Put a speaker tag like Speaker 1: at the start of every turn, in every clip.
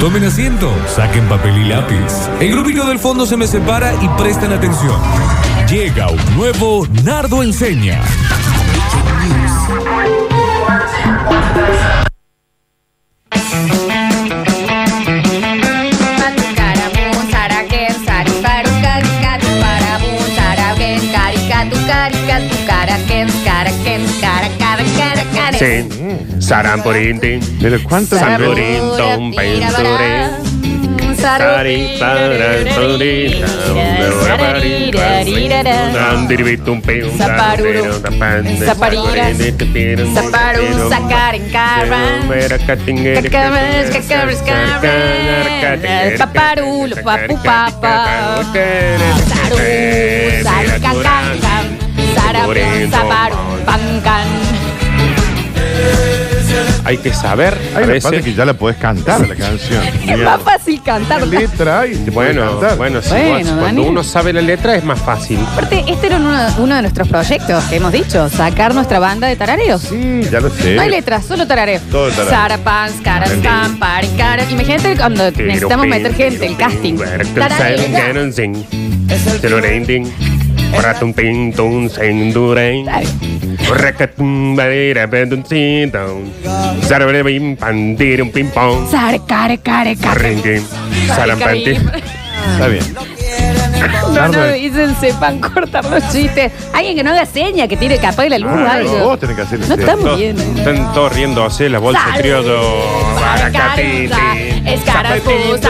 Speaker 1: Tomen asiento, saquen papel y lápiz. El grupito del fondo se me separa y presten atención. Llega un nuevo Nardo Enseña.
Speaker 2: Sí. Sarampurintin.
Speaker 3: Pero ¿cuántos
Speaker 2: Sarampurín,
Speaker 3: albures?
Speaker 2: tom, pensuré. Sari, para, suri, tam, para, pari, pari, tam, diribitum, peum, tam,
Speaker 4: Zaparuru.
Speaker 2: pero, tapan,
Speaker 4: Zapariras.
Speaker 2: saparine, te piden,
Speaker 4: Zaparu,
Speaker 2: pero,
Speaker 4: sacar en cara.
Speaker 2: pero, vera, catingue,
Speaker 4: Cacabres, cacabres, cacabres. Paparulo, papu, papa. Saru, sari, cacan, can. Sarapun, saparu, pancan.
Speaker 2: Hay que saber, a
Speaker 3: Hay una parte que
Speaker 2: veces.
Speaker 3: ya la podés cantar la canción.
Speaker 4: Es más fácil cantar.
Speaker 3: La letra hay, te podés
Speaker 2: Bueno,
Speaker 3: cantar.
Speaker 2: bueno, sí,
Speaker 4: Bueno,
Speaker 2: vos- cuando
Speaker 4: Daniel.
Speaker 2: uno sabe la letra es más fácil.
Speaker 4: Aparte, este era uno, uno de nuestros proyectos que hemos dicho, sacar nuestra banda de tarareos.
Speaker 3: Sí, ya lo sé.
Speaker 4: No hay letras, solo tarareo.
Speaker 3: Todo tarareo.
Speaker 4: Zarapans, caras,
Speaker 3: Entendí.
Speaker 4: pam, pari, cara. Imagínate cuando necesitamos meter gente, el casting. Tarareo. Dale. Zare, care, care, care.
Speaker 3: Está bien.
Speaker 4: No, no, dicen, sepan cortar los chistes. Alguien que no haga seña, que tire capaz de la luz
Speaker 3: Ah,
Speaker 4: algo.
Speaker 3: no, vos tenés que hacer la
Speaker 4: No
Speaker 3: letra.
Speaker 4: estamos bien. ¿eh?
Speaker 2: Están todos riéndose, la bolsa
Speaker 4: Salud.
Speaker 2: criollo.
Speaker 4: Baracatiti. Escarapuz, sarapis,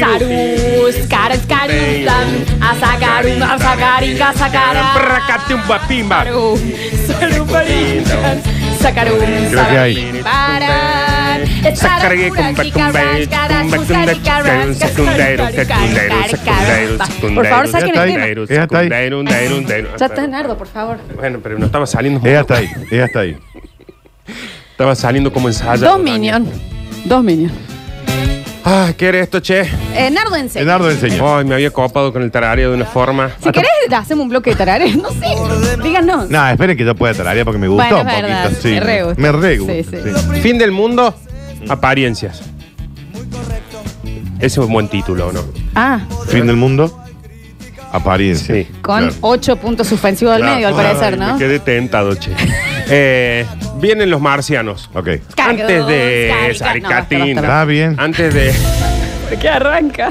Speaker 4: Sarus, caras, carusan, a sacar, a sacar, a sacar. Sacarum, saruparican, sacarum,
Speaker 3: Creo que hay.
Speaker 4: sarapim, parar.
Speaker 2: Sacaré con
Speaker 4: Estarapuracicas,
Speaker 2: bacumbay,
Speaker 4: rascaras,
Speaker 2: bacumbay,
Speaker 4: buscaricas,
Speaker 2: secundero,
Speaker 4: rascaras,
Speaker 2: secundero,
Speaker 4: rascaras,
Speaker 2: secundero,
Speaker 4: rascaras.
Speaker 2: secundero,
Speaker 4: Por favor,
Speaker 2: secundero,
Speaker 4: saquen el tema.
Speaker 2: secundero,
Speaker 3: Ya está ahí.
Speaker 2: secundero, secundero.
Speaker 4: Ya está, Nardo, por favor.
Speaker 2: Ah, Bueno, pero no estaba saliendo.
Speaker 3: Es hasta ahí, es hasta ahí.
Speaker 2: Estaba saliendo como ensayado.
Speaker 4: Dos
Speaker 2: Daniel.
Speaker 4: minions. Dos minions.
Speaker 2: Ah, ¿qué era esto, che?
Speaker 4: Eh, Nardo en serio.
Speaker 3: Leonardo enseña.
Speaker 2: Ay, me había copado con el tarareo de una forma.
Speaker 4: Si querés, hacemos un bloque de tarares. No sé. Díganos.
Speaker 3: Nada, esperen que yo pueda traer porque me gustó
Speaker 4: Bueno, es
Speaker 3: un poquito.
Speaker 4: verdad,
Speaker 3: sí.
Speaker 4: me re gusta.
Speaker 3: Me re gusta,
Speaker 4: Sí, sí.
Speaker 3: sí.
Speaker 2: Fin del mundo, apariencias. Ese es un buen título, ¿no?
Speaker 4: Ah,
Speaker 3: Fin del mundo. Apariencia.
Speaker 2: Sí.
Speaker 4: con
Speaker 3: Claro.
Speaker 4: ocho puntos suspensivos al
Speaker 2: Claro.
Speaker 4: medio, al
Speaker 2: Ay,
Speaker 4: parecer, ¿no?
Speaker 2: Me quedé tentado, che. Eh, vienen los marcianos.
Speaker 3: Ok.
Speaker 4: Cargador,
Speaker 2: Antes de
Speaker 4: carica- no, basta,
Speaker 2: Saricatín.
Speaker 4: basta,
Speaker 3: Está bien.
Speaker 2: Antes de.
Speaker 4: ¿Por qué arranca?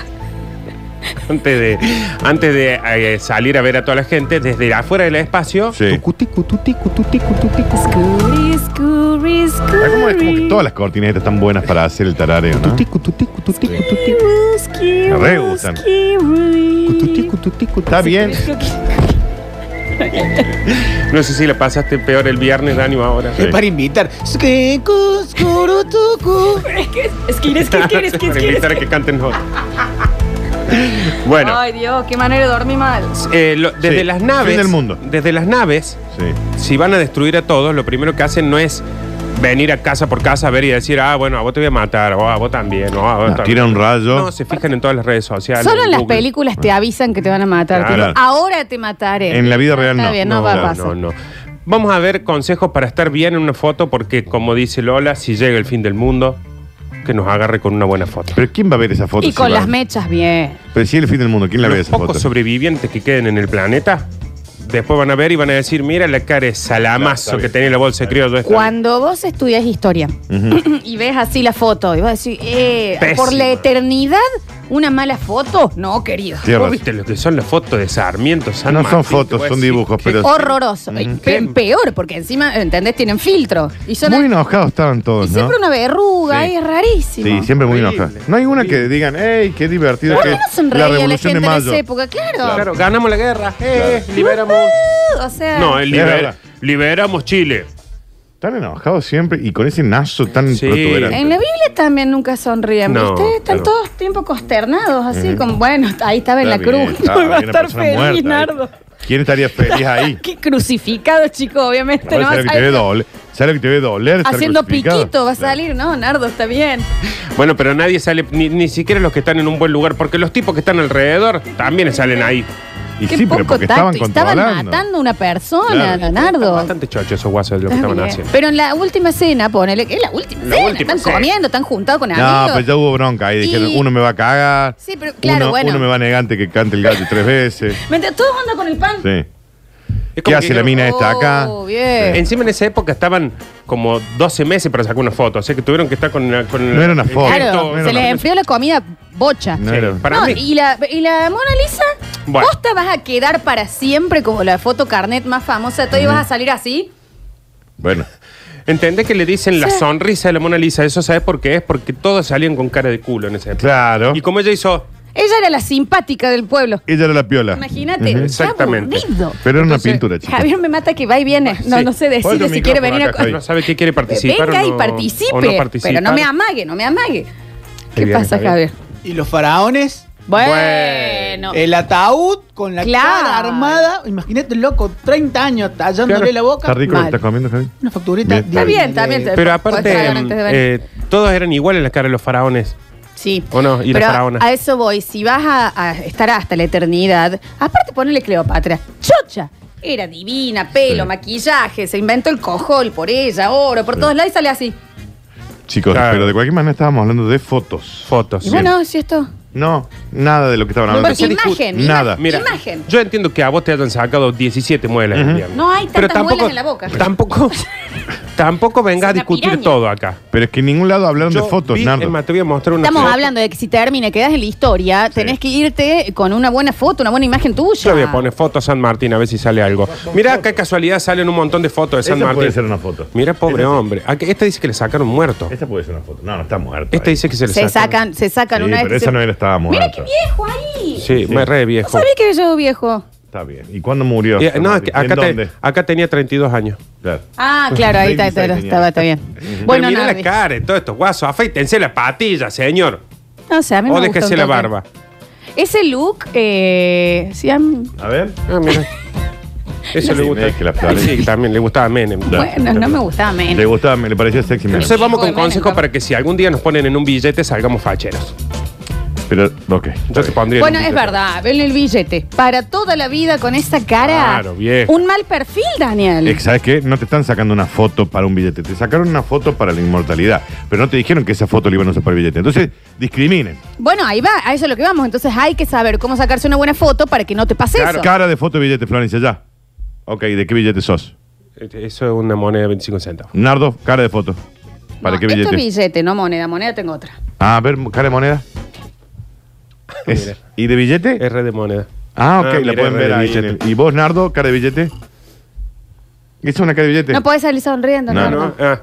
Speaker 2: Antes de, antes de eh, salir a ver a toda la gente, desde afuera del espacio,
Speaker 3: Sí.
Speaker 2: tucuticu, tuticu, tuticu, tuticu,
Speaker 4: Scurry, scurry,
Speaker 3: Está como, Ah, es como que
Speaker 4: scurry.
Speaker 3: todas las cortinas estas están buenas para hacer el tarareo, ¿no?
Speaker 2: tuticu, tuticu, tuticu, tuticu,
Speaker 4: Scurry,
Speaker 3: Me re gustan.
Speaker 4: scurry.
Speaker 2: tuticu, tuticu.
Speaker 3: Está bien.
Speaker 2: No sé si la pasaste peor el viernes, Dani, o ahora.
Speaker 3: Sí.
Speaker 5: Para invitar. Skuku, skurutuku.
Speaker 4: Es que- es que- es que- es que- es que- es
Speaker 2: Para
Speaker 4: que-
Speaker 2: invitar a que canten nosotros. Bueno,
Speaker 4: Ay, Dios, qué manera de dormir mal.
Speaker 2: eh, lo- desde
Speaker 3: Sí,
Speaker 2: las naves.
Speaker 3: fin del mundo.
Speaker 2: Desde las naves,
Speaker 3: Sí.
Speaker 2: si van a destruir a todos, lo primero que hacen no es venir a casa por casa a ver y decir, ah, bueno, a vos te voy a matar, o a vos también, o a vos
Speaker 3: Ah, No,
Speaker 2: también.
Speaker 3: tira un rayo.
Speaker 2: No, se fijan en todas las redes sociales.
Speaker 4: Solo en las
Speaker 2: Google.
Speaker 4: películas te avisan que te van a matar.
Speaker 2: Claro.
Speaker 4: tipo, Ahora te mataré.
Speaker 3: En la vida real
Speaker 4: Está
Speaker 3: no.
Speaker 4: bien, no, Ah, va a
Speaker 3: claro,
Speaker 4: pasar.
Speaker 2: No, no. Vamos a ver consejos para estar bien en una foto, porque como dice Lola, si llega el fin del mundo, que nos agarre con una buena foto.
Speaker 3: Pero ¿quién va a ver esa foto?
Speaker 4: Y
Speaker 3: si
Speaker 4: con
Speaker 3: va?
Speaker 4: las mechas, bien.
Speaker 3: Pero si es el fin del mundo, ¿quién la ve
Speaker 2: Los
Speaker 3: esa foto?
Speaker 2: pocos sobrevivientes que queden en el planeta, después van a ver y van a decir, mira la cara de salamazo
Speaker 3: Claro, está
Speaker 2: que
Speaker 3: bien.
Speaker 2: tenía la bolsa de criollo. esta".
Speaker 4: Cuando vos estudias historia y ves así la foto y vas a decir, eh,
Speaker 2: Pésima.
Speaker 4: por la eternidad, una mala foto, no, querido.
Speaker 3: Tienes
Speaker 2: ¿Vos
Speaker 3: razón.
Speaker 2: viste lo que son las fotos de Sarmiento? San
Speaker 3: No
Speaker 2: Martín?
Speaker 3: son fotos,
Speaker 2: Te voy a
Speaker 3: son
Speaker 2: decir,
Speaker 3: dibujos,
Speaker 2: ¿qué-
Speaker 3: pero
Speaker 4: Horroroso. Y
Speaker 3: Mm.
Speaker 4: pe-
Speaker 2: ¿Qué?
Speaker 4: Peor, porque encima, ¿entendés? Tienen filtro. Y son
Speaker 3: Muy enojados estaban todos,
Speaker 4: y
Speaker 3: ¿no?
Speaker 4: siempre una verruga,
Speaker 3: Sí.
Speaker 4: y es rarísimo.
Speaker 3: Sí, siempre muy
Speaker 2: Horrible,
Speaker 3: enojados. No hay una que digan, hey, qué divertido
Speaker 4: ¿Por
Speaker 3: que
Speaker 4: qué no
Speaker 3: es
Speaker 4: sonreía
Speaker 3: la
Speaker 4: la,
Speaker 3: revolución
Speaker 4: gente
Speaker 3: de
Speaker 4: en
Speaker 3: mayo.
Speaker 4: esa época? Claro.
Speaker 2: Claro, ganamos la guerra, eh, liberamos.
Speaker 4: Uh, O sea,
Speaker 2: No, el
Speaker 3: Es
Speaker 2: liber-
Speaker 3: verdad.
Speaker 2: liberamos Chile.
Speaker 3: Tan enojados siempre y con ese nazo tan
Speaker 2: Sí.
Speaker 3: protuberante.
Speaker 4: en la Biblia también nunca sonríen,
Speaker 2: No,
Speaker 4: ¿viste? Están
Speaker 2: pero-
Speaker 4: todos tiempo consternados, así como, bueno, ahí estaba en
Speaker 3: Está
Speaker 4: la
Speaker 3: bien,
Speaker 4: cruz.
Speaker 3: está
Speaker 4: No iba a
Speaker 3: bien, una
Speaker 4: estar
Speaker 3: persona
Speaker 4: feliz,
Speaker 3: muerta ahí.
Speaker 4: Nardo.
Speaker 3: ¿Quién estaría feliz ahí?
Speaker 4: Qué crucificado, chico, obviamente.
Speaker 3: ¿Sabes
Speaker 4: No
Speaker 3: lo
Speaker 4: vas
Speaker 3: que
Speaker 4: a
Speaker 3: te debe doler? ¿Sabes lo que te debe doler? estar
Speaker 4: haciendo
Speaker 3: crucificado?
Speaker 4: piquito, va a
Speaker 3: Claro.
Speaker 4: salir, ¿no? Nardo, está bien.
Speaker 2: Bueno, pero nadie sale, ni, ni siquiera los que están en un buen lugar, porque los tipos que están alrededor también salen ahí.
Speaker 3: Y
Speaker 4: Qué
Speaker 3: sí, pero
Speaker 4: poco
Speaker 3: porque
Speaker 4: tacto.
Speaker 3: estaban
Speaker 4: Y Estaban
Speaker 3: controlando.
Speaker 4: matando a una persona,
Speaker 3: Claro.
Speaker 4: Leonardo.
Speaker 2: Bastante chocho esos guasos de lo
Speaker 4: Está
Speaker 2: que estaban
Speaker 4: bien.
Speaker 2: haciendo.
Speaker 4: Pero en la última cena, ponele, que es la última
Speaker 2: La
Speaker 4: cena.
Speaker 2: última
Speaker 4: están
Speaker 2: cena.
Speaker 4: comiendo, están juntados con
Speaker 3: No,
Speaker 4: amigos.
Speaker 3: pues ya hubo bronca ahí. Dijeron,
Speaker 4: Y-
Speaker 3: uno me va a cagar.
Speaker 4: Sí, pero claro,
Speaker 3: uno,
Speaker 4: bueno.
Speaker 3: uno me va a negar que cante el gallo tres veces.
Speaker 4: Mientras todos andan con el pan.
Speaker 3: Sí.
Speaker 2: Es como
Speaker 3: ¿Qué
Speaker 2: que
Speaker 3: hace la
Speaker 2: creo-
Speaker 3: mina esta acá?
Speaker 4: Oh, bien.
Speaker 2: Encima en esa época estaban como 12 meses para sacar una foto, o sea que tuvieron que estar con la- con
Speaker 3: No era una
Speaker 2: el
Speaker 3: foto.
Speaker 4: Claro,
Speaker 2: gesto-
Speaker 4: se
Speaker 3: no, no,
Speaker 4: les
Speaker 3: no.
Speaker 4: enfrió la comida bocha.
Speaker 3: No
Speaker 2: Sí,
Speaker 3: era-
Speaker 2: para
Speaker 4: No,
Speaker 2: mí.
Speaker 4: y la, y la Mona Lisa,
Speaker 2: Bueno.
Speaker 4: vos te vas a quedar para siempre como la foto carnet más famosa, todavía vas a salir así.
Speaker 3: Bueno,
Speaker 2: ¿Entendés que le dicen la
Speaker 4: Sí.
Speaker 2: sonrisa de la Mona Lisa? Eso sabes por qué es porque todos salían con cara de culo en esa época.
Speaker 3: claro.
Speaker 2: Y como ella hizo,
Speaker 4: Ella era la simpática del pueblo.
Speaker 3: Ella era la piola.
Speaker 4: Imagínate, qué
Speaker 2: exactamente.
Speaker 4: aburrido.
Speaker 3: Pero era una pintura, chica.
Speaker 4: Javier me mata que va y viene. No,
Speaker 2: Sí.
Speaker 4: no sé
Speaker 3: Pon
Speaker 4: decide
Speaker 3: tu
Speaker 4: si quiere
Speaker 3: micrófono
Speaker 4: venir a.
Speaker 3: acá, Javier.
Speaker 2: no sabe qué quiere participar.
Speaker 4: Venga
Speaker 2: o
Speaker 4: y
Speaker 2: no-
Speaker 4: participe.
Speaker 2: o no participa.
Speaker 4: pero no me amague, no me amague. ¿Qué
Speaker 2: bien,
Speaker 4: pasa, Javier?
Speaker 2: Javier.
Speaker 5: ¿Y los faraones?
Speaker 4: Bueno.
Speaker 5: El ataúd con la
Speaker 4: Claro.
Speaker 5: cara armada. Imagínate, loco, 30 años tallándole
Speaker 2: Claro.
Speaker 5: la
Speaker 3: ¿Está
Speaker 5: boca.
Speaker 3: rico lo
Speaker 4: Mal.
Speaker 3: que estás comiendo, Javi?
Speaker 5: Una facturita.
Speaker 3: Bien, está
Speaker 5: de-
Speaker 4: bien, está bien, está bien.
Speaker 2: Pero
Speaker 4: Podés
Speaker 2: aparte,
Speaker 4: tragar antes de venir.
Speaker 2: eh, todos eran iguales las caras de los faraones.
Speaker 4: Sí.
Speaker 2: ¿O no? Y la
Speaker 4: Pero
Speaker 2: faraona.
Speaker 4: A eso voy. Si vas a, a estar hasta la eternidad, aparte ponele Cleopatra. Chocha. Era divina, pelo,
Speaker 3: Sí.
Speaker 4: maquillaje, se inventó el cojol por ella, oro, por
Speaker 3: Sí.
Speaker 4: todos lados y sale así.
Speaker 3: Chicos,
Speaker 2: Claro.
Speaker 3: pero de cualquier manera estábamos hablando de fotos.
Speaker 2: Fotos.
Speaker 4: Y bueno, si esto.
Speaker 3: No, nada de lo que estaban hablando.
Speaker 4: Porque imagen, ima-
Speaker 3: Nada.
Speaker 2: Mira,
Speaker 4: imagen.
Speaker 2: yo entiendo que a vos te hayan sacado 17 muelas.
Speaker 3: Ujú.
Speaker 2: digamos.
Speaker 4: No hay tantas
Speaker 2: Pero tampoco-
Speaker 4: muelas en la boca.
Speaker 2: Tampoco, tampoco vengas a
Speaker 4: Es una
Speaker 2: discutir
Speaker 4: piraña.
Speaker 2: todo acá.
Speaker 3: Pero es que en ningún lado hablaron
Speaker 2: Yo
Speaker 3: de fotos,
Speaker 2: vi-
Speaker 3: Nardo.
Speaker 2: es más, te voy a mostrar una
Speaker 4: Estamos
Speaker 2: foto.
Speaker 4: hablando de que si termina, quedas en la historia, tenés que irte con una buena foto, una buena imagen tuya.
Speaker 2: Yo voy a poner fotos San Martín a ver si sale algo. Mirá qué casualidad salen un montón de fotos de San
Speaker 3: Esa
Speaker 2: Martín.
Speaker 3: puede ser una foto.
Speaker 2: Mira, pobre
Speaker 3: Esa sí.
Speaker 2: hombre. Aquí- Este dice que le sacaron muerto.
Speaker 3: Esta puede ser una foto. No, no está muerta.
Speaker 2: Este
Speaker 3: ahí.
Speaker 2: dice que se le
Speaker 4: se
Speaker 2: sacaron.
Speaker 4: sacan, se sacan
Speaker 3: Sí,
Speaker 4: una vez.
Speaker 3: pero
Speaker 4: que
Speaker 3: esa
Speaker 4: se-
Speaker 3: no era, estaba
Speaker 4: Mira
Speaker 3: muerta.
Speaker 4: qué viejo ahí.
Speaker 2: Sí, me re
Speaker 4: No
Speaker 2: viejo.
Speaker 4: sabía que yo viejo.
Speaker 3: Está bien. ¿Y cuándo murió?
Speaker 2: Eh, no, es que acá,
Speaker 3: ¿En
Speaker 2: te-
Speaker 3: dónde?
Speaker 2: acá tenía 32 años.
Speaker 3: Claro.
Speaker 4: Ah, claro, ahí está, está-
Speaker 3: 26
Speaker 4: estaba, está bien. Bueno,
Speaker 2: Pero mirá
Speaker 4: Nardi.
Speaker 2: la cara de todos estos guasos. Afeítense la patilla, señor.
Speaker 4: No sé, a mí
Speaker 2: O
Speaker 4: me gusta
Speaker 2: déjese
Speaker 4: un
Speaker 2: la
Speaker 4: toque.
Speaker 2: barba.
Speaker 4: Ese look, eh, sí, a mí-
Speaker 3: A ver.
Speaker 2: Ah, mira. Eso le
Speaker 3: Sí,
Speaker 2: gusta.
Speaker 3: es que la flor-
Speaker 2: sí, también le gustaba Menem.
Speaker 4: bueno, no me gustaba
Speaker 3: Le
Speaker 4: menos.
Speaker 3: gustaba, me le parecía sexy. menos.
Speaker 2: Entonces vamos
Speaker 4: Hijo de
Speaker 2: con
Speaker 4: Menem,
Speaker 2: consejo
Speaker 4: claro.
Speaker 2: para que si algún día nos ponen en un billete salgamos facheros.
Speaker 3: Pero, ok.
Speaker 2: Yo te pondría. en
Speaker 4: Bueno,
Speaker 2: un
Speaker 4: es
Speaker 2: billete.
Speaker 4: verdad, ven el billete. Para toda la vida con esa cara.
Speaker 2: Claro, viejo.
Speaker 4: Un mal perfil, Daniel.
Speaker 3: Eh, ¿Sabes qué? No te están sacando una foto para un billete, te sacaron una foto para la inmortalidad, pero no te dijeron que esa foto la iban a usar para el billete. Entonces, discriminen.
Speaker 4: Bueno, ahí va, a eso es lo que vamos. Entonces hay que saber cómo sacarse una buena foto para que no te pase
Speaker 2: Claro,
Speaker 4: eso.
Speaker 3: Cara de foto de billete, Florencia, ya. Ok, ¿de qué billete sos?
Speaker 2: Este, Eso es una moneda de 25 centavos.
Speaker 3: Nardo, cara de foto.
Speaker 4: No,
Speaker 3: ¿Para qué
Speaker 4: Esto
Speaker 3: billete?
Speaker 4: es billete, no moneda. Moneda tengo otra.
Speaker 3: Ah, a ver, cara de moneda. Es-
Speaker 2: Mira.
Speaker 3: ¿Y de billete?
Speaker 2: R de moneda.
Speaker 3: Ah, ok,
Speaker 2: Ah,
Speaker 3: la
Speaker 2: mira,
Speaker 3: pueden
Speaker 2: de
Speaker 3: ver ahí. en
Speaker 2: billete.
Speaker 3: el- ¿Y vos, Nardo, cara de billete? ¿Esa es una cara de billete?
Speaker 4: No podés salir sonriendo,
Speaker 3: No,
Speaker 4: no,
Speaker 2: Ah,
Speaker 4: no.
Speaker 2: ¿no? Ah.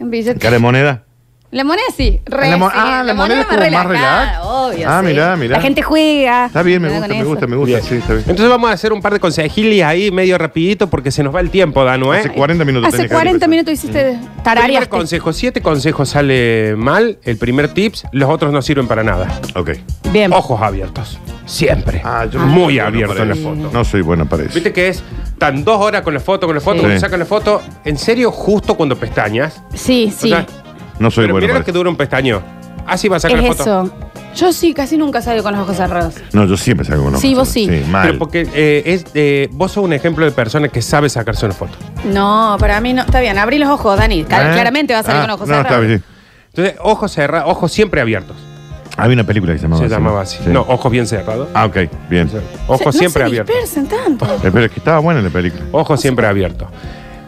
Speaker 4: Un billete.
Speaker 3: ¿Cara de moneda?
Speaker 4: La moneda sí. re-
Speaker 3: La mo-
Speaker 4: sí,
Speaker 3: ah, la moneda
Speaker 4: más
Speaker 3: estuvo más
Speaker 4: relajada,
Speaker 3: relax.
Speaker 4: Obvio,
Speaker 3: Ah,
Speaker 4: sí.
Speaker 3: mirá, mirá.
Speaker 4: La gente juega.
Speaker 3: Está bien, me
Speaker 4: Cuidado
Speaker 3: gusta,
Speaker 4: con
Speaker 3: me
Speaker 4: eso.
Speaker 3: gusta, me gusta.
Speaker 2: Bien.
Speaker 3: Sí, está bien.
Speaker 2: Entonces vamos a hacer un par de consejiles ahí, medio rapidito, porque se nos va el tiempo, Danu, ¿eh?
Speaker 3: Hace 40 minutos.
Speaker 4: Hace
Speaker 3: tenés que
Speaker 4: 40
Speaker 3: empezar.
Speaker 4: minutos hiciste
Speaker 2: Primer
Speaker 4: tarareaste.
Speaker 2: consejo, siete consejos sale mal, el primer tips, los otros no sirven para nada.
Speaker 3: Ok.
Speaker 4: Bien.
Speaker 3: Oh,
Speaker 2: Ojos abiertos, siempre.
Speaker 3: Ah, yo no soy
Speaker 2: Muy
Speaker 3: bueno
Speaker 2: abierto
Speaker 3: para
Speaker 2: en la
Speaker 3: eso.
Speaker 2: foto.
Speaker 3: No soy bueno para eso.
Speaker 2: ¿Viste que es tan dos horas con la foto, con la foto,
Speaker 4: Sí.
Speaker 2: cuando
Speaker 3: Sí.
Speaker 2: sacan la foto? En serio, justo cuando pestañas.
Speaker 4: Sí,
Speaker 2: O
Speaker 4: sí.
Speaker 2: sea,
Speaker 3: No soy
Speaker 2: pero
Speaker 3: bueno
Speaker 2: mira
Speaker 3: para
Speaker 2: lo que
Speaker 3: eso.
Speaker 2: dura un pestaño. Así va a sacar la
Speaker 4: es
Speaker 2: foto.
Speaker 4: eso. Yo sí, casi nunca salgo con los ojos cerrados.
Speaker 3: No, yo siempre salgo con los
Speaker 4: Sí,
Speaker 3: ojos
Speaker 4: vos sí.
Speaker 3: cerrados. mal.
Speaker 2: Pero porque eh, es, eh, vos sos un ejemplo de persona que sabe sacarse una foto.
Speaker 4: No, para mí no. Está bien, abrí los ojos, Dani. Cal-
Speaker 3: ¿Eh?
Speaker 4: Claramente vas a salir
Speaker 3: Ah,
Speaker 4: con los ojos
Speaker 3: no, está
Speaker 4: cerrados.
Speaker 3: bien.
Speaker 2: Entonces, ojos cerrados, ojos siempre abiertos.
Speaker 3: Había una película que se llamaba
Speaker 2: se
Speaker 3: así.
Speaker 2: llamaba así.
Speaker 3: Sí.
Speaker 2: No, ojos bien cerrados.
Speaker 3: Ah, ok, bien.
Speaker 2: Ojos
Speaker 4: Se- no
Speaker 2: siempre
Speaker 4: se
Speaker 2: abiertos.
Speaker 4: dispersan tanto.
Speaker 3: Eh, Pero es que estaba buena la película.
Speaker 2: Ojos siempre abiertos.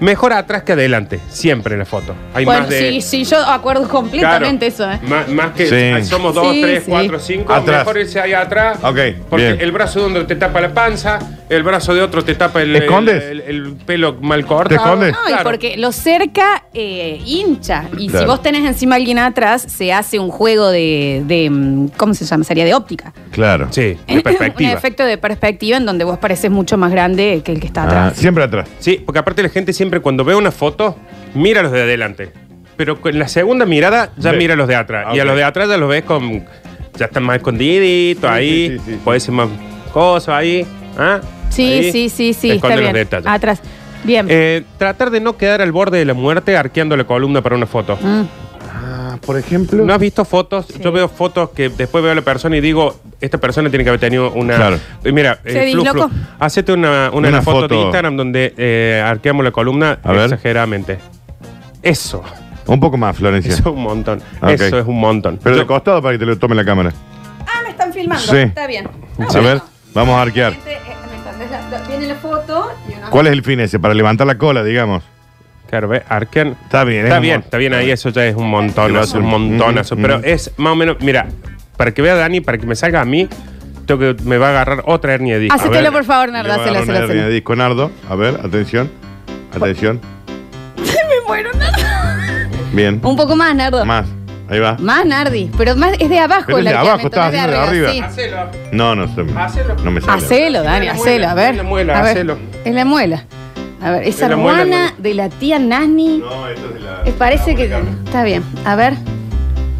Speaker 2: Mejor atrás que adelante, siempre en la foto. Hay
Speaker 4: Bueno,
Speaker 2: más de.
Speaker 4: sí, sí, yo acuerdo completamente eso, ¿eh?
Speaker 2: Claro, Más, más que
Speaker 3: Sí.
Speaker 2: ay, somos dos,
Speaker 4: Sí,
Speaker 2: tres,
Speaker 4: sí.
Speaker 2: cuatro, cinco.
Speaker 3: Atrás.
Speaker 2: Mejor irse ahí atrás.
Speaker 3: Ok,
Speaker 2: Porque
Speaker 3: bien.
Speaker 2: el brazo de uno te tapa la panza, el brazo de otro te tapa el,
Speaker 3: ¿Te escondes?
Speaker 2: el- el- el pelo mal cortado.
Speaker 3: escondes?
Speaker 4: No, y
Speaker 2: Claro.
Speaker 4: porque lo cerca eh, hincha. Y si
Speaker 3: Claro.
Speaker 4: vos tenés encima a alguien atrás, se hace un juego de, de, mm, ¿Cómo se llama? Sería de óptica.
Speaker 3: Claro.
Speaker 2: Sí, de
Speaker 4: un
Speaker 2: perspectiva.
Speaker 4: efecto de perspectiva en donde vos pareces mucho más grande que el que está
Speaker 3: Ah,
Speaker 4: atrás.
Speaker 3: siempre atrás.
Speaker 2: Sí, porque aparte la gente siempre cuando ve una foto, mira a los de adelante. Pero con la segunda mirada ya
Speaker 3: Ve.
Speaker 2: mira a los de atrás.
Speaker 3: Ah,
Speaker 2: Y a
Speaker 3: ok.
Speaker 2: los de atrás ya los ves con. Ya están más escondiditos
Speaker 3: Sí,
Speaker 2: ahí.
Speaker 3: sí, sí, sí.
Speaker 2: Puede ser más cosas ahí. ¿ah?
Speaker 4: Sí,
Speaker 2: Ahí.
Speaker 4: sí, sí, sí, está
Speaker 2: Te esconden
Speaker 4: bien.
Speaker 2: los detalles.
Speaker 4: Atrás. Bien.
Speaker 2: Eh, tratar de no quedar al borde de la muerte arqueando la columna para una foto.
Speaker 4: Mm.
Speaker 3: Ah, por ejemplo?
Speaker 2: ¿No has visto fotos? Yo veo fotos que después veo a la persona y digo, esta persona tiene que haber tenido una.
Speaker 3: Claro.
Speaker 2: Eh, Mira,
Speaker 4: Se
Speaker 2: Flu,
Speaker 4: dislocó.
Speaker 2: Flu, hacete una, una,
Speaker 3: Una
Speaker 2: foto, de
Speaker 3: foto.
Speaker 2: Instagram donde eh, arqueamos la columna
Speaker 3: A ver.
Speaker 2: exageradamente. Eso,
Speaker 3: Un poco más, Florencia.
Speaker 2: eso es un montón.
Speaker 3: Ok.
Speaker 2: Eso es un montón.
Speaker 3: Pero
Speaker 2: Yo-
Speaker 3: de costado para que te lo tome la cámara.
Speaker 4: Ah, me están filmando.
Speaker 3: Sí.
Speaker 4: Está bien. Ah,
Speaker 3: A
Speaker 4: bueno.
Speaker 3: ver, vamos a arquear.
Speaker 4: Este, eh, ¿me entendés? La- la- Viene la foto y una.
Speaker 3: ¿Cuál es el fin ese? Para levantar la cola, digamos.
Speaker 2: Claro, ve, arquean.
Speaker 3: Está bien, es
Speaker 2: Está
Speaker 3: un
Speaker 2: bien,
Speaker 3: mon-
Speaker 2: está bien ahí, eso ya es un montonazo, un
Speaker 3: Mm,
Speaker 2: montonazo.
Speaker 3: mm,
Speaker 2: Pero
Speaker 3: mm.
Speaker 2: es más o menos, mira, para que vea Dani, para que me salga a mí, tengo que, me va a agarrar otra hernia de disco.
Speaker 3: A
Speaker 4: Hacete-
Speaker 3: ver,
Speaker 4: Hacetelo, por favor, Nardo,
Speaker 3: le voy a
Speaker 4: hacelo,
Speaker 3: dar una
Speaker 4: hacelo,
Speaker 3: hernia de
Speaker 4: hacelo.
Speaker 3: disco, Nardo. A ver, atención. Atención.
Speaker 4: Me muero, Nardo.
Speaker 3: Bien.
Speaker 4: Un poco más, Nardo.
Speaker 3: Más. Ahí va.
Speaker 4: Más, Nardi. Pero más es de abajo
Speaker 3: Pero es
Speaker 4: el
Speaker 3: de
Speaker 4: arqueamiento,
Speaker 3: abajo, estás
Speaker 4: no es
Speaker 3: haciendo de
Speaker 4: sí.
Speaker 3: arriba.
Speaker 2: Hacelo.
Speaker 3: No, no se me,
Speaker 2: Hacelo.
Speaker 3: no me sale.
Speaker 4: Hacelo, Dani,
Speaker 2: Es la
Speaker 4: hacelo, a
Speaker 2: muela,
Speaker 4: ver.
Speaker 2: es la muela,
Speaker 4: a ver.
Speaker 2: hacelo.
Speaker 4: Es la muela. A ver, esa
Speaker 2: Es la muela,
Speaker 4: hermana
Speaker 2: muela.
Speaker 4: de la tía Nani.
Speaker 3: No, esto es de la-
Speaker 4: eh, parece
Speaker 3: la
Speaker 4: que.
Speaker 3: cámara.
Speaker 4: Está bien. A ver.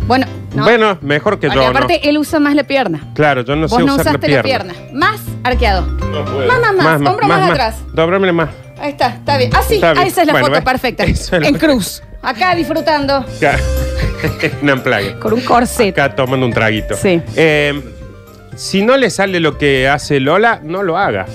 Speaker 4: Bueno, no.
Speaker 2: Bueno, mejor que
Speaker 4: Porque
Speaker 2: yo.
Speaker 4: aparte,
Speaker 2: ¿no?
Speaker 4: él usa más la pierna.
Speaker 2: Claro, yo no
Speaker 4: Vos
Speaker 2: sé
Speaker 4: no
Speaker 2: usar la
Speaker 4: usaste
Speaker 2: pierna.
Speaker 4: la pierna. Más arqueado.
Speaker 3: No puedo.
Speaker 4: Más, más, más. Hombro más, atrás.
Speaker 2: Dobrámele más.
Speaker 4: Ahí está, está bien. Así,
Speaker 2: Está bien.
Speaker 4: esa es la
Speaker 2: Bueno,
Speaker 4: foto
Speaker 2: ¿ves?
Speaker 4: perfecta.
Speaker 2: Eso es lo
Speaker 4: en
Speaker 2: que-
Speaker 4: cruz. Acá disfrutando.
Speaker 2: Ya. no emplague.
Speaker 4: Con un corset.
Speaker 2: Acá tomando un traguito.
Speaker 4: Sí.
Speaker 2: Eh, si no le sale lo que hace Lola, no lo haga.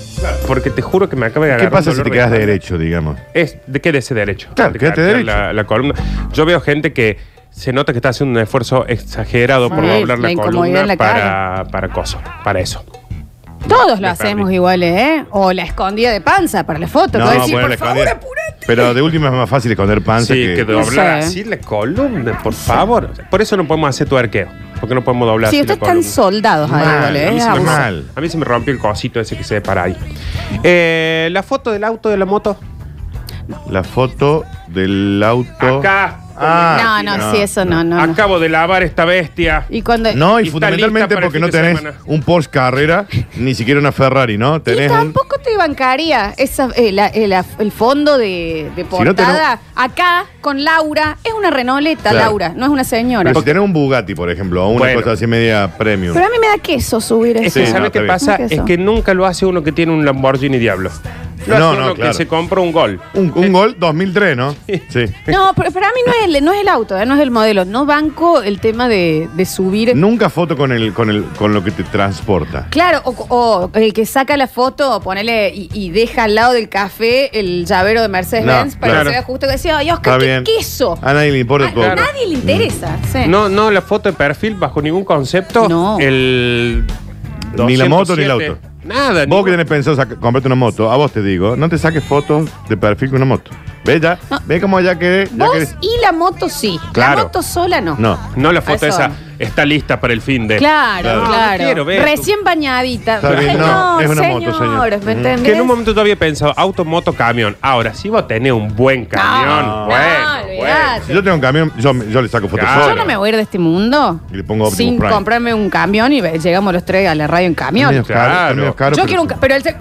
Speaker 2: Porque te juro que me acaba de
Speaker 3: ¿Qué
Speaker 2: agarrar.
Speaker 3: pasa
Speaker 2: un dolor
Speaker 3: si te
Speaker 2: de
Speaker 3: quedas
Speaker 2: espalda.
Speaker 3: derecho, digamos?
Speaker 2: Es, de, quédese derecho.
Speaker 3: Claro,
Speaker 2: De
Speaker 3: quédate
Speaker 2: cargar
Speaker 3: derecho.
Speaker 2: La, la columna. Yo veo gente que se nota que está haciendo un esfuerzo exagerado por
Speaker 4: Sí,
Speaker 2: doblar la,
Speaker 4: la incomodidad
Speaker 2: columna
Speaker 4: en la
Speaker 2: para, para coso, para eso.
Speaker 4: Todos lo
Speaker 2: Me
Speaker 4: hacemos
Speaker 2: perdí.
Speaker 4: iguales, ¿eh? O la escondida de panza para la foto. que voy a decir,
Speaker 3: bueno,
Speaker 4: por
Speaker 3: la
Speaker 4: favor,
Speaker 3: escondida.
Speaker 4: apurate.
Speaker 3: Pero de última es más fácil esconder panza
Speaker 2: Sí, que
Speaker 3: que...
Speaker 4: No
Speaker 2: doblar
Speaker 4: sé.
Speaker 2: así la columna, por favor. Por eso no podemos hacer tu arqueo. Porque no podemos doblar
Speaker 4: Sí,
Speaker 2: así la
Speaker 4: ustedes están
Speaker 2: columna.
Speaker 4: soldados ahí,
Speaker 3: Mal,
Speaker 4: iguales,
Speaker 2: a, mí
Speaker 4: ¿eh?
Speaker 2: se me,
Speaker 4: Abuso.
Speaker 3: mal.
Speaker 2: a mí se me rompió el cosito ese que se para ahí. Eh, la foto del auto de la moto.
Speaker 3: La foto del auto...
Speaker 2: Acá.
Speaker 3: Ah,
Speaker 4: no, no, sí, eso no, no. no.
Speaker 2: Acabo de lavar esta bestia.
Speaker 4: Y cuando.
Speaker 3: No, y,
Speaker 2: Y está lista
Speaker 3: fundamentalmente
Speaker 2: para el
Speaker 3: porque
Speaker 2: fin
Speaker 3: no
Speaker 2: de
Speaker 3: tenés
Speaker 2: semana.
Speaker 3: un Porsche Carrera, ni siquiera una Ferrari, ¿no?
Speaker 4: Y
Speaker 3: Tenés un-
Speaker 4: tampoco te bancaría esa, eh, la- eh, la- el fondo de, de
Speaker 3: no
Speaker 4: portada. Acá, con Laura, es una renoleta,
Speaker 3: Claro.
Speaker 4: Laura, no es una señora.
Speaker 3: Pero si tenés un Bugatti, por ejemplo, o una
Speaker 2: Bueno.
Speaker 3: cosa así media premium.
Speaker 4: Pero a mí me da queso subir
Speaker 2: Es
Speaker 4: eso.
Speaker 2: que,
Speaker 3: Sí,
Speaker 2: ¿sabe
Speaker 3: no,
Speaker 2: qué
Speaker 3: está bien.
Speaker 2: pasa?
Speaker 4: ¿Qué es
Speaker 2: Es
Speaker 4: eso?
Speaker 2: que nunca lo hace uno que tiene un Lamborghini Diablo. Lo
Speaker 3: No,
Speaker 2: hace
Speaker 3: no,
Speaker 2: uno
Speaker 3: claro.
Speaker 2: que se compra un gol.
Speaker 3: Un, un gol 2003, ¿no? Sí.
Speaker 4: No, pero para mí no es el, no es el auto, eh, no es el modelo. No banco el tema de, de subir.
Speaker 3: Nunca foto con el, con el, con lo que te transporta.
Speaker 4: Claro, o, o el que saca la foto, ponele y, y deja al lado del café el llavero de Mercedes-Benz
Speaker 3: No,
Speaker 4: para
Speaker 3: claro.
Speaker 4: que se vea justo que decía, ay,
Speaker 3: Está
Speaker 4: Oscar, qué
Speaker 3: bien.
Speaker 4: queso.
Speaker 3: A nadie le importa
Speaker 4: A
Speaker 3: todo.
Speaker 4: nadie le interesa.
Speaker 3: Mm.
Speaker 4: sí.
Speaker 2: No, no, la foto de perfil bajo ningún concepto.
Speaker 4: No.
Speaker 2: El
Speaker 3: Ni la moto ni el
Speaker 2: 207.
Speaker 3: auto.
Speaker 2: Nada.
Speaker 3: Mm. Vos
Speaker 2: ningún-
Speaker 3: que tenés pensado saca- comprarte una moto, a vos te digo, no te saques fotos de perfil con una moto. Ve ya,
Speaker 4: No.
Speaker 3: ve cómo ya que. Ya
Speaker 4: Vos
Speaker 3: que-
Speaker 4: y la moto sí.
Speaker 2: Claro.
Speaker 4: La moto sola no.
Speaker 3: No.
Speaker 2: No la foto
Speaker 4: Eso.
Speaker 2: esa está lista para el fin de.
Speaker 4: Claro,
Speaker 3: Claro.
Speaker 4: claro.
Speaker 2: No, no quiero ver.
Speaker 4: Recién bañadita.
Speaker 3: Está bien, no,
Speaker 4: señor,
Speaker 3: es una
Speaker 4: señor,
Speaker 3: moto, señor.
Speaker 4: ¿me
Speaker 3: Mm.
Speaker 4: entendés?
Speaker 2: Que en un momento yo había pensado auto, moto, camión. Ahora, si vos tenés un buen camión,
Speaker 4: Ah, No,
Speaker 2: bueno,
Speaker 4: no,
Speaker 2: bueno.
Speaker 4: olvidate.
Speaker 3: Si yo tengo un camión, yo, yo le saco fotos
Speaker 2: Claro.
Speaker 4: Yo no me voy a ir de este mundo
Speaker 3: Y le pongo Optimus
Speaker 4: sin
Speaker 3: Prime.
Speaker 4: comprarme un camión y ve- llegamos los tres a la radio en camión.
Speaker 3: Medio caro,
Speaker 2: Claro.
Speaker 3: medio caro,
Speaker 4: Yo
Speaker 3: pero-
Speaker 4: quiero un. ca- Pero el. se-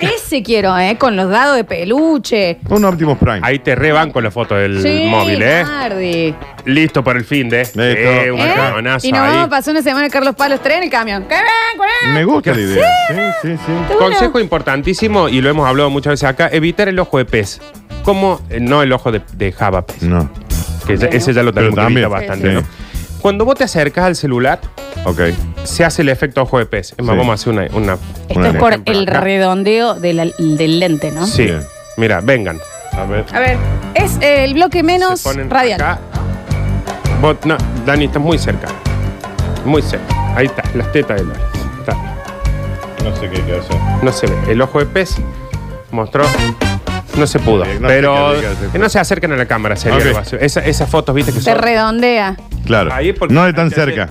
Speaker 4: Ese quiero, ¿eh? Con los dados de peluche.
Speaker 3: Un Optimus Prime.
Speaker 2: Ahí te rebanco la foto del
Speaker 4: Sí, ah.
Speaker 2: móvil, ¿eh?
Speaker 4: Nardi.
Speaker 2: Listo para el fin de.
Speaker 3: Listo.
Speaker 2: Eh, un
Speaker 4: ¿Eh?
Speaker 2: camionazo
Speaker 4: Y nos
Speaker 2: ahí.
Speaker 4: vamos a pasar una semana en Carlos Palos 3 en el camión. ¡Carán, carán!
Speaker 3: Me gusta la idea. Sí, sí, sí.
Speaker 4: Bueno.
Speaker 2: Consejo importantísimo, y lo hemos hablado muchas veces acá, evitar el ojo de pez. Como, eh, no el ojo de, de java pez,
Speaker 3: No.
Speaker 2: que ya- ese ya lo
Speaker 3: Mm. Pero
Speaker 2: tenemos que
Speaker 3: también.
Speaker 2: evitar bastante,
Speaker 3: Sí.
Speaker 2: ¿no? Cuando vos te acercas al celular,
Speaker 3: Ok.
Speaker 2: se hace el efecto ojo de pez. Es más,
Speaker 3: Sí.
Speaker 2: vamos a hacer una... una-
Speaker 4: Esto
Speaker 3: Bueno,
Speaker 4: es por
Speaker 2: ejemplo,
Speaker 4: el
Speaker 2: acá.
Speaker 4: redondeo de la- del lente, ¿no?
Speaker 2: Sí,
Speaker 3: Ah. Bien.
Speaker 2: mira, vengan.
Speaker 3: A ver.
Speaker 4: A ver, es eh, el bloque menos
Speaker 2: Se ponen
Speaker 4: radial.
Speaker 2: acá. Vos- no, Dani, estás muy cerca. Muy cerca. Ahí está, las tetas de Lola. Está.
Speaker 3: No sé qué hay que hacer.
Speaker 2: No se ve. El ojo de pez mostró. No se pudo.
Speaker 3: Bien, no
Speaker 2: pero
Speaker 3: se acerca,
Speaker 2: que no se acerquen a la cámara, sería
Speaker 3: Ok.
Speaker 2: algo así. Esa- esas fotos, viste, que
Speaker 4: Se
Speaker 2: son.
Speaker 4: redondea.
Speaker 3: Claro.
Speaker 2: Ahí porque-
Speaker 3: no de tan cerca.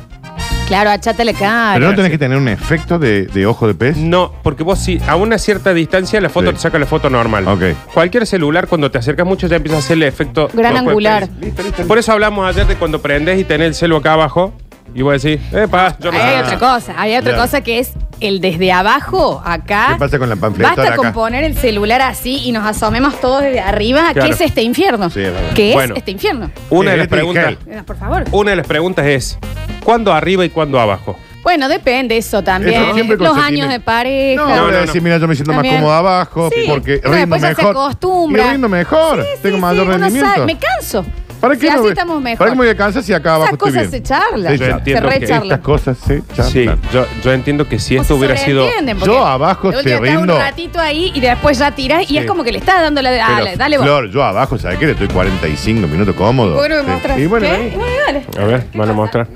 Speaker 4: Claro, achate la cara.
Speaker 3: Pero no tenés que tener un efecto de, de ojo de pez.
Speaker 2: No, porque vos sí, a una cierta distancia la foto
Speaker 3: Sí.
Speaker 2: te saca la foto normal.
Speaker 3: Ok.
Speaker 2: Cualquier celular, cuando te acercas mucho, ya empieza a hacer el efecto.
Speaker 4: Gran
Speaker 2: ojo de
Speaker 4: angular.
Speaker 2: pez. Por eso hablamos ayer de cuando prendés y tenés el celu acá abajo y vos decís, epa, yo no
Speaker 4: Ahí hay
Speaker 2: sabía".
Speaker 4: otra cosa, hay otra
Speaker 3: Claro.
Speaker 4: cosa que es el desde abajo, acá.
Speaker 3: ¿Qué pasa con la panfletada
Speaker 4: Basta con
Speaker 3: acá?
Speaker 4: poner el celular así y nos asomemos todos desde arriba.
Speaker 2: Claro.
Speaker 4: ¿Qué es este infierno?
Speaker 3: Sí, es verdad. Uh.
Speaker 4: ¿Qué
Speaker 2: Bueno.
Speaker 4: es este infierno?
Speaker 2: Una de
Speaker 3: Sí,
Speaker 2: las
Speaker 3: este es
Speaker 2: preguntas.
Speaker 3: gel.
Speaker 4: Eh, Por favor.
Speaker 2: Una de las preguntas es: ¿cuándo arriba y cuándo abajo?
Speaker 4: Bueno, depende eso también.
Speaker 3: Eso siempre con
Speaker 4: Los
Speaker 3: sentimiento.
Speaker 4: años de
Speaker 3: No,
Speaker 4: pareja.
Speaker 3: no,
Speaker 2: no,
Speaker 3: voy a
Speaker 2: no.
Speaker 3: decir, mira, yo me siento
Speaker 4: También.
Speaker 3: más cómodo abajo
Speaker 4: Sí.
Speaker 3: porque
Speaker 4: No,
Speaker 3: rindo
Speaker 4: después ya se
Speaker 3: mejor.
Speaker 4: acostumbra.
Speaker 3: Y rindo mejor.
Speaker 4: Sí,
Speaker 3: Tengo
Speaker 4: sí,
Speaker 3: mayor
Speaker 4: sí, uno
Speaker 3: rendimiento.
Speaker 4: sabe, me canso.
Speaker 3: ¿Para qué
Speaker 4: Si
Speaker 3: no
Speaker 4: así
Speaker 3: voy-
Speaker 4: estamos mejor.
Speaker 3: ¿Para qué me voy a cansar si acá abajo
Speaker 4: Esas
Speaker 3: estoy
Speaker 4: cosas se
Speaker 3: bien?
Speaker 4: charlan.
Speaker 3: Se
Speaker 4: Se,
Speaker 3: charlan.
Speaker 2: Entiendo que
Speaker 4: recharlan.
Speaker 3: Estas cosas se
Speaker 2: Sí,
Speaker 3: charlan.
Speaker 2: yo, yo entiendo que si
Speaker 4: O
Speaker 2: esto
Speaker 4: se
Speaker 2: hubiera sido.
Speaker 4: sobreentienden,
Speaker 3: Yo
Speaker 4: porque
Speaker 3: abajo
Speaker 4: de
Speaker 3: te
Speaker 4: última estás
Speaker 3: rindo.
Speaker 4: un ratito ahí y después ya tirás y
Speaker 2: Sí.
Speaker 4: es como que le estás dando la de. ah,
Speaker 2: Pero,
Speaker 4: dale, vos.
Speaker 3: Flor, yo abajo, ¿sabes qué? Le estoy 45 minutos cómodo.
Speaker 4: Bueno, me
Speaker 3: Sí.
Speaker 4: mostrás.
Speaker 3: Y bueno,
Speaker 4: ¿Qué?
Speaker 3: ahí.
Speaker 4: Y bueno, dale.
Speaker 2: A ver, van a mostrar.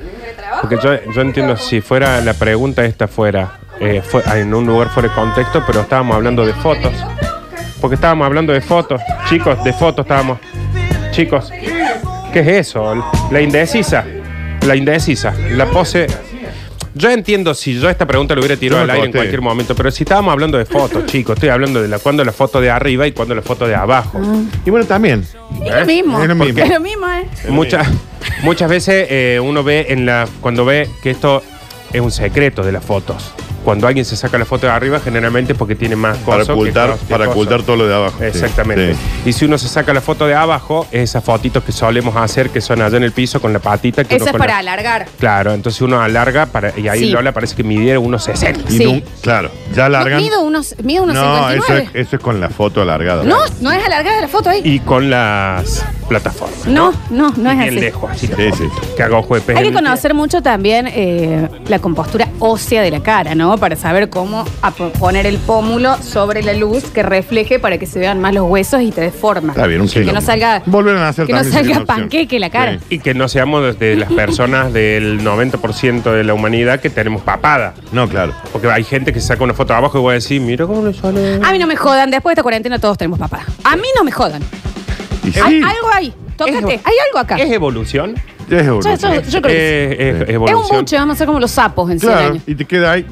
Speaker 2: Porque yo, yo entiendo, si fuera la pregunta esta fuera eh, fue- en un lugar fuera de contexto, pero estábamos hablando de fotos. Porque estábamos hablando de fotos, chicos, de fotos estábamos. Chicos, ¿qué es eso? La indecisa. La indecisa. La pose. Yo entiendo si yo esta pregunta lo hubiera tirado
Speaker 3: Yo
Speaker 2: al
Speaker 3: me
Speaker 2: aire en
Speaker 3: corté.
Speaker 2: cualquier momento, pero si estábamos hablando de fotos, chicos, estoy hablando de la, cuando la foto de arriba y cuando la foto de abajo. ¿Eh?
Speaker 3: Y bueno, también.
Speaker 4: Es lo mismo.
Speaker 3: Es lo mismo.
Speaker 4: Es lo mismo, ¿eh?
Speaker 2: Muchas, muchas veces eh, uno ve en la. cuando ve que esto es un secreto de las fotos. Cuando alguien se saca la foto de arriba, generalmente es porque tiene más
Speaker 3: Para
Speaker 2: cosas. que
Speaker 3: ocultar,
Speaker 2: cosas, que
Speaker 3: para
Speaker 2: cosas.
Speaker 3: ocultar todo lo de abajo. Sí,
Speaker 2: Exactamente.
Speaker 3: sí.
Speaker 2: Y si uno se saca la foto de abajo, es esas fotitos que solemos hacer que son allá en el piso con la patita. Que
Speaker 4: Eso es
Speaker 2: uno con
Speaker 4: para
Speaker 2: la-
Speaker 4: alargar.
Speaker 2: Claro, entonces uno alarga para, y ahí
Speaker 4: Sí.
Speaker 2: Lola parece que midiera unos 60.
Speaker 3: Y
Speaker 4: Sí.
Speaker 3: nun- claro, ya
Speaker 4: No,
Speaker 3: largan.
Speaker 4: mido unos, mido unos
Speaker 3: No, eso
Speaker 4: 59.
Speaker 3: es, eso es con la foto alargada.
Speaker 4: No, no es alargada la foto ahí.
Speaker 2: Y con las plataformas.
Speaker 4: No, no, no es
Speaker 2: Bien
Speaker 4: así.
Speaker 2: lejos, así.
Speaker 3: Sí, sí.
Speaker 2: Que haga ojo de pez
Speaker 4: Hay que
Speaker 2: en el-
Speaker 4: conocer mucho también eh, la compostura ósea de la cara, ¿no? Para saber cómo apo- poner el pómulo sobre la luz que refleje para que se vean más los huesos y te deforma.
Speaker 3: Está bien, un
Speaker 4: Que
Speaker 3: quilombo.
Speaker 4: no salga,
Speaker 3: Volver a hacer
Speaker 4: que no salga panqueque la cara.
Speaker 2: Y que no seamos de las personas del 90% de la humanidad que tenemos papada.
Speaker 3: No, claro.
Speaker 2: Porque hay gente que saca una foto abajo y va a decir, mira cómo le sale.
Speaker 4: A mí no me jodan, después de esta cuarentena todos tenemos papá. A mí no me jodan.
Speaker 3: Y
Speaker 4: Hay
Speaker 3: sí,
Speaker 4: algo ahí, tócate,
Speaker 2: Es-
Speaker 4: hay algo acá.
Speaker 2: ¿Es evolución?
Speaker 3: ya es
Speaker 4: Yo, yo-
Speaker 3: evolución.
Speaker 4: yo creo que
Speaker 2: Eh, es,
Speaker 3: Sí.
Speaker 4: sí. Es un
Speaker 2: evolución.
Speaker 4: buche, vamos a ser como los sapos en 100
Speaker 3: Claro,
Speaker 4: años.
Speaker 3: y te queda ahí.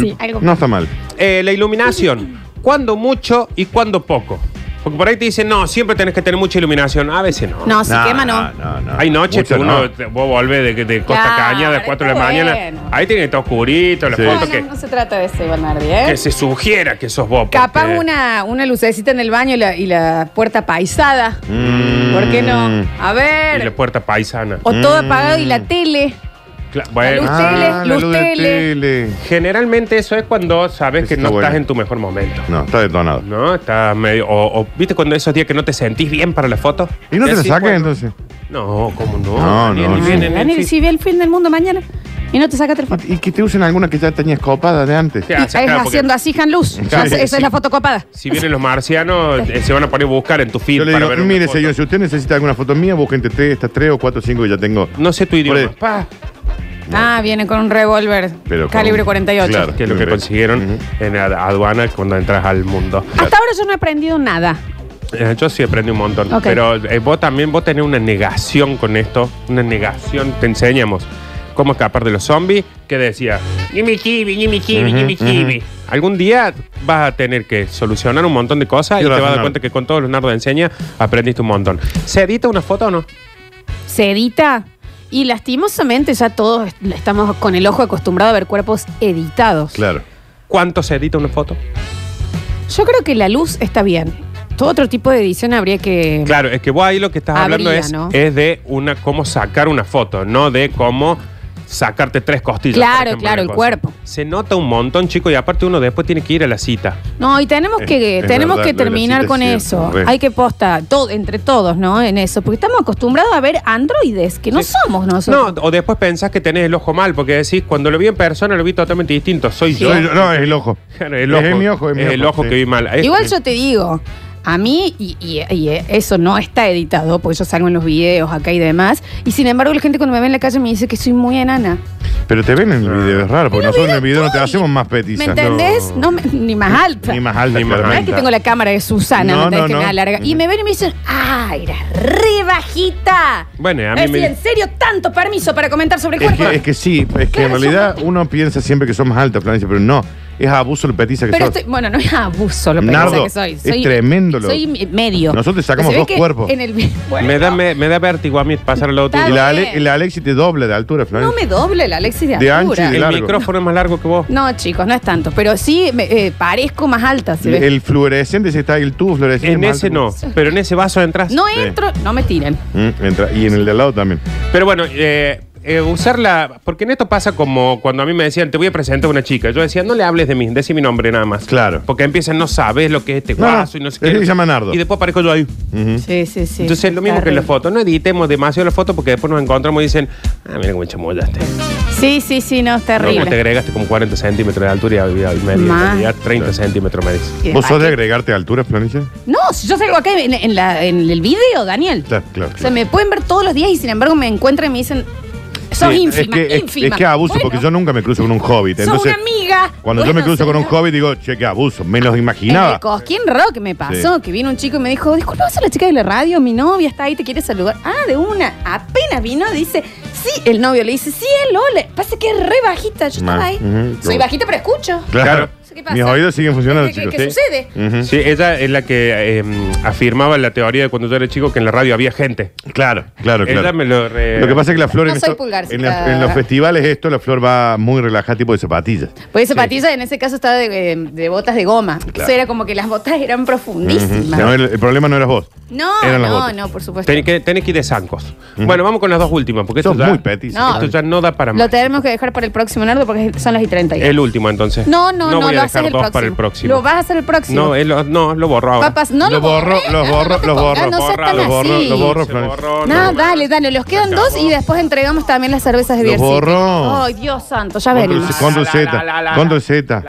Speaker 4: Sí, algo.
Speaker 3: No está mal.
Speaker 2: Eh, la iluminación. ¿Cuándo mucho y cuándo poco? Porque por ahí te dicen, no, siempre tenés que tener mucha iluminación. A veces no.
Speaker 4: No, si
Speaker 3: No,
Speaker 4: Ah, quema no.
Speaker 2: Hay noches
Speaker 3: Ah, Mucho
Speaker 2: que uno,
Speaker 3: no.
Speaker 2: te- vos volvés de, de Costa
Speaker 4: Claro,
Speaker 2: Caña a las 4 de la
Speaker 4: está
Speaker 2: mañana.
Speaker 4: bueno.
Speaker 2: Ahí tiene que estar oscurito, la
Speaker 3: Sí.
Speaker 2: foto
Speaker 4: No, no,
Speaker 2: que,
Speaker 4: no se trata de eso, Bernardi, ¿eh?
Speaker 2: que se sugiera que sos vos.
Speaker 4: Capaz
Speaker 2: porque-
Speaker 4: una, una lucecita en el baño y la, y la puerta paisada.
Speaker 3: Mm.
Speaker 4: ¿Por qué no? A
Speaker 2: Y la
Speaker 4: ver.
Speaker 2: puerta paisana.
Speaker 4: O todo apagado y la tele.
Speaker 2: Cla- bueno.
Speaker 4: luz tele,
Speaker 3: la
Speaker 4: luz
Speaker 3: luz Ah, de
Speaker 4: tele.
Speaker 3: tele.
Speaker 2: Generalmente eso es cuando sabes
Speaker 3: Eso
Speaker 2: que
Speaker 3: está
Speaker 2: no estás
Speaker 3: bueno.
Speaker 2: en tu mejor momento.
Speaker 3: No, está detonado.
Speaker 2: ¿No? Estás medio. O, o, ¿Viste cuando esos días que no te sentís bien para la foto?
Speaker 3: ¿Y no te la
Speaker 2: Decís,
Speaker 3: saques
Speaker 2: bueno,
Speaker 3: entonces?
Speaker 2: No, ¿cómo no?
Speaker 3: No, no,
Speaker 2: y
Speaker 3: sí.
Speaker 2: vienen,
Speaker 4: Daniel,
Speaker 2: sí.
Speaker 4: si ve el fin del mundo mañana y no te saca el foto.
Speaker 3: Y, y que te usen alguna que ya tenías copada de antes.
Speaker 2: Sí.
Speaker 4: Y
Speaker 2: Ah,
Speaker 4: Es
Speaker 2: sí, claro, porque-
Speaker 4: haciendo así, Han Luz.
Speaker 3: Claro,
Speaker 4: Esa
Speaker 3: sí,
Speaker 4: esa es la foto copada.
Speaker 2: Si vienen los marcianos, eh, se van a poner a buscar en tu feed
Speaker 3: Yo le
Speaker 2: para
Speaker 3: digo,
Speaker 2: ver. una
Speaker 3: mire
Speaker 2: foto".
Speaker 3: señor, si usted necesita alguna foto mía, busque entre tres, estas tres o cuatro o cinco que ya tengo.
Speaker 2: No sé tu idioma.
Speaker 3: Por-
Speaker 2: Pa,
Speaker 4: Ah, viene con un revólver
Speaker 3: Pero con-
Speaker 4: calibre 48.
Speaker 3: Claro.
Speaker 2: que es lo que
Speaker 3: Ujú.
Speaker 2: consiguieron en la aduana cuando entras al mundo.
Speaker 4: Hasta ahora yo no he aprendido nada.
Speaker 2: Eh, Yo sí aprendí un montón.
Speaker 4: Ok.
Speaker 2: Pero eh, vos también vos tenés una negación con esto. Una negación. Te enseñamos cómo escapar de los zombies. Que decía, gimme chibi, gimme chibi, gimme chibi. Algún día vas a tener que solucionar un montón de cosas y
Speaker 3: Quiero
Speaker 2: te vas a dar
Speaker 3: razonar.
Speaker 2: cuenta que con todos los nardos de enseña aprendiste un montón. ¿Se edita una foto o no?
Speaker 4: Se edita. Y lastimosamente ya todos est- estamos con el ojo acostumbrado a ver cuerpos editados.
Speaker 3: Claro.
Speaker 2: ¿Cuánto se edita una foto?
Speaker 4: Yo creo que la luz está bien. Todo otro tipo de edición habría que.
Speaker 2: Claro, es que vos ahí lo que estás
Speaker 4: Habría,
Speaker 2: hablando es,
Speaker 4: ¿no?
Speaker 2: es de una cómo sacar una foto, no de cómo sacarte tres costillas.
Speaker 4: Claro,
Speaker 2: por ejemplo,
Speaker 4: claro,
Speaker 2: una
Speaker 4: el
Speaker 2: cosa.
Speaker 4: cuerpo.
Speaker 2: Se nota un montón, chico, y aparte uno después tiene que ir a la cita.
Speaker 4: No, y tenemos que,
Speaker 3: Es- es
Speaker 4: tenemos
Speaker 3: verdad,
Speaker 4: que
Speaker 3: lo de la
Speaker 4: terminar
Speaker 3: cita
Speaker 4: con
Speaker 3: es cierto,
Speaker 4: eso.
Speaker 3: re.
Speaker 4: Hay que postar todo, entre todos, ¿no? En eso. Porque estamos acostumbrados a ver androides, que no
Speaker 2: Sí.
Speaker 4: somos
Speaker 2: No,
Speaker 4: nosotros.
Speaker 2: o después pensás que tenés el ojo mal, porque decís, cuando lo vi en persona lo vi totalmente distinto, soy yo.
Speaker 3: Soy yo- no, es el ojo.
Speaker 2: Claro, el ojo,
Speaker 3: Es mi ojo, es mi
Speaker 2: es el
Speaker 3: ojo,
Speaker 2: ojo
Speaker 3: sí.
Speaker 2: que vi mal. Es-
Speaker 4: Igual yo te digo, a mí, y, y- y eso no está editado, porque yo salgo en los videos acá y demás. Y sin embargo, la gente cuando me ve en la calle me dice que soy muy enana.
Speaker 3: Pero te ven en el video, es raro, porque nosotros en el video no te hacemos más petiza.
Speaker 4: ¿Me entendés? No, me- ni más alta.
Speaker 3: Ni más alta,
Speaker 2: Ni más
Speaker 4: No
Speaker 3: claramente.
Speaker 4: es que tengo la cámara de Susana,
Speaker 3: No,
Speaker 4: ¿me entendés?
Speaker 3: no,
Speaker 4: Que
Speaker 3: no.
Speaker 4: me alarga. Y me ven y me dicen, ¡ah, era re bajita!
Speaker 2: Bueno, a mí
Speaker 4: Es
Speaker 2: me-
Speaker 4: decir, ¿En serio tanto permiso para comentar sobre el
Speaker 3: Es
Speaker 4: cuerpo?
Speaker 3: que, es que sí, es que en
Speaker 4: Claro,
Speaker 3: realidad uno piensa siempre que son más altas, Florencia, pero no. Es abuso lo petiza que
Speaker 4: Pero
Speaker 3: sos.
Speaker 4: estoy, bueno, no es abuso lo
Speaker 3: Nardo,
Speaker 4: penosa que soy.
Speaker 3: es
Speaker 4: soy.
Speaker 3: tremendo lo-
Speaker 4: Soy medio.
Speaker 3: Nosotros
Speaker 4: Pero se
Speaker 3: sacamos
Speaker 4: ve
Speaker 3: dos
Speaker 4: que
Speaker 3: cuerpos.
Speaker 4: En el, bueno,
Speaker 2: me, da, me, me da vértigo a mí pasar al otro.
Speaker 4: Está
Speaker 3: Y la,
Speaker 4: bien.
Speaker 3: Ale- y la Alexi te dobla de altura, Florencia.
Speaker 4: eh. no me doble la Alexis de,
Speaker 3: De
Speaker 4: altura.
Speaker 3: ancho y
Speaker 2: El
Speaker 3: de largo.
Speaker 2: micrófono es más largo que vos.
Speaker 4: No, chicos, no es tanto. Pero sí me, eh, parezco más alta. se
Speaker 3: El,
Speaker 4: ve.
Speaker 3: el fluorescente, si está ahí el tubo fluorescente.
Speaker 2: En
Speaker 3: más
Speaker 2: ese no,
Speaker 3: alto.
Speaker 2: pero en ese vaso entras.
Speaker 4: no
Speaker 3: Sí.
Speaker 4: entro, no me tiran.
Speaker 3: Mm, entra- y en el de al lado también.
Speaker 2: Pero bueno, eh, eh, usar la. Porque en esto pasa como cuando a mí me decían, te voy a presentar a una chica. Yo decía, no le hables de mí, decí mi nombre nada más.
Speaker 3: Claro.
Speaker 2: Porque empiezan, no sabes lo que es este
Speaker 3: No,
Speaker 2: guaso y no sé
Speaker 3: él
Speaker 2: qué.
Speaker 3: se llama Nardo.
Speaker 2: Y después aparezco yo ahí.
Speaker 4: Sí, sí, sí.
Speaker 2: Entonces es lo mismo que en
Speaker 4: Terrible.
Speaker 2: la foto. No editemos demasiado la foto porque después nos encontramos y dicen, ah, mira cómo chamullaste.
Speaker 4: Sí, sí, sí, no, es
Speaker 2: No, como te
Speaker 4: terrible.
Speaker 2: agregaste como 40 centímetros de altura y había- y media,
Speaker 4: Más.
Speaker 2: en realidad 30 centímetros me dice.
Speaker 4: Y
Speaker 3: ¿Vos sos de
Speaker 4: después-
Speaker 3: agregarte alturas, Florencia?
Speaker 4: No, si yo salgo acá en, en la- en el video, Daniel.
Speaker 3: Claro, claro.
Speaker 4: O sea, me pueden ver todos los días y sin embargo me encuentran y me dicen, sos
Speaker 3: Sí,
Speaker 4: ínfima,
Speaker 3: es que, es-
Speaker 4: ínfima.
Speaker 3: Es, que abuso,
Speaker 4: Bueno,
Speaker 3: porque yo nunca me cruzo con un hobbit.
Speaker 4: Sos
Speaker 3: Entonces,
Speaker 4: una amiga.
Speaker 3: Cuando yo
Speaker 4: Bueno,
Speaker 3: me cruzo con un
Speaker 4: señor.
Speaker 3: hobbit, digo, che, qué abuso, me los
Speaker 4: En
Speaker 3: imaginaba.
Speaker 4: el Cosquín Rock me pasó,
Speaker 3: Sí.
Speaker 4: que vino un chico y me dijo, disculpa, ¿vas a la chica de la radio? Mi novia está ahí, te quiere saludar. Ah, de una. Apenas vino, dice, sí, el novio le dice, sí, él, ole. Pasa que es re bajita, yo estaba
Speaker 3: Ma-
Speaker 4: ahí.
Speaker 3: Ujú.
Speaker 4: Soy bajita, pero escucho.
Speaker 3: Claro.
Speaker 4: ¿Eso qué pasa?
Speaker 3: Mis oídos siguen funcionando,
Speaker 4: ¿Qué- qué-
Speaker 3: chicos.
Speaker 4: qué
Speaker 3: Sí.
Speaker 4: sucede?
Speaker 3: Ujú.
Speaker 2: Sí, ella es la que eh, afirmaba la teoría de cuando yo era chico que en la radio había gente.
Speaker 3: Claro, claro,
Speaker 2: Ella
Speaker 3: claro.
Speaker 2: me lo re-
Speaker 3: Lo que pasa es que la flor
Speaker 4: No
Speaker 3: en,
Speaker 4: soy
Speaker 3: esto-
Speaker 4: pulgarcita.
Speaker 3: en, la- en los festivales esto, la flor va muy relajada, tipo de zapatillas.
Speaker 4: Porque zapatillas en ese caso estaba de, eh, de botas de goma. Entonces era como que las botas eran
Speaker 3: Ujú.
Speaker 4: profundísimas.
Speaker 3: No, el, el problema no eras vos.
Speaker 4: No,
Speaker 3: Eran las
Speaker 4: no,
Speaker 3: botas.
Speaker 4: no, por supuesto.
Speaker 2: Tenés que, tenés que ir de zancos. Bueno, vamos con las dos últimas, porque
Speaker 3: Sos
Speaker 2: esto ya,
Speaker 3: muy petis.
Speaker 4: No.
Speaker 2: esto ya no da para
Speaker 4: Lo
Speaker 2: más.
Speaker 4: tenemos que dejar para el próximo, Nardo, porque son las y 30.
Speaker 2: El último, entonces.
Speaker 4: No, no, no,
Speaker 2: voy
Speaker 4: lo
Speaker 2: a
Speaker 4: haces
Speaker 2: dejar
Speaker 4: el
Speaker 2: dos
Speaker 4: próximo.
Speaker 2: para el próximo.
Speaker 4: Lo vas a hacer el próximo.
Speaker 2: No, él lo- no, lo borro ahora.
Speaker 4: Papas, no
Speaker 3: Lo
Speaker 4: lo,
Speaker 3: borro,
Speaker 4: borré.
Speaker 3: los
Speaker 4: No,
Speaker 3: borro,
Speaker 4: no te pongas,
Speaker 3: los borro,
Speaker 4: No seas
Speaker 2: borra,
Speaker 4: tan
Speaker 3: los borro,
Speaker 4: así.
Speaker 3: los borro.
Speaker 2: Se borró,
Speaker 4: No,
Speaker 2: lo-
Speaker 4: dale, dale, los quedan
Speaker 2: Acabó.
Speaker 4: dos y después entregamos también las cervezas de
Speaker 3: Los
Speaker 4: Beer City.
Speaker 3: borro.
Speaker 4: Ay, Dios santo, ya
Speaker 2: Ah,
Speaker 3: Control,
Speaker 4: veremos.
Speaker 3: C- control Z. Control Z.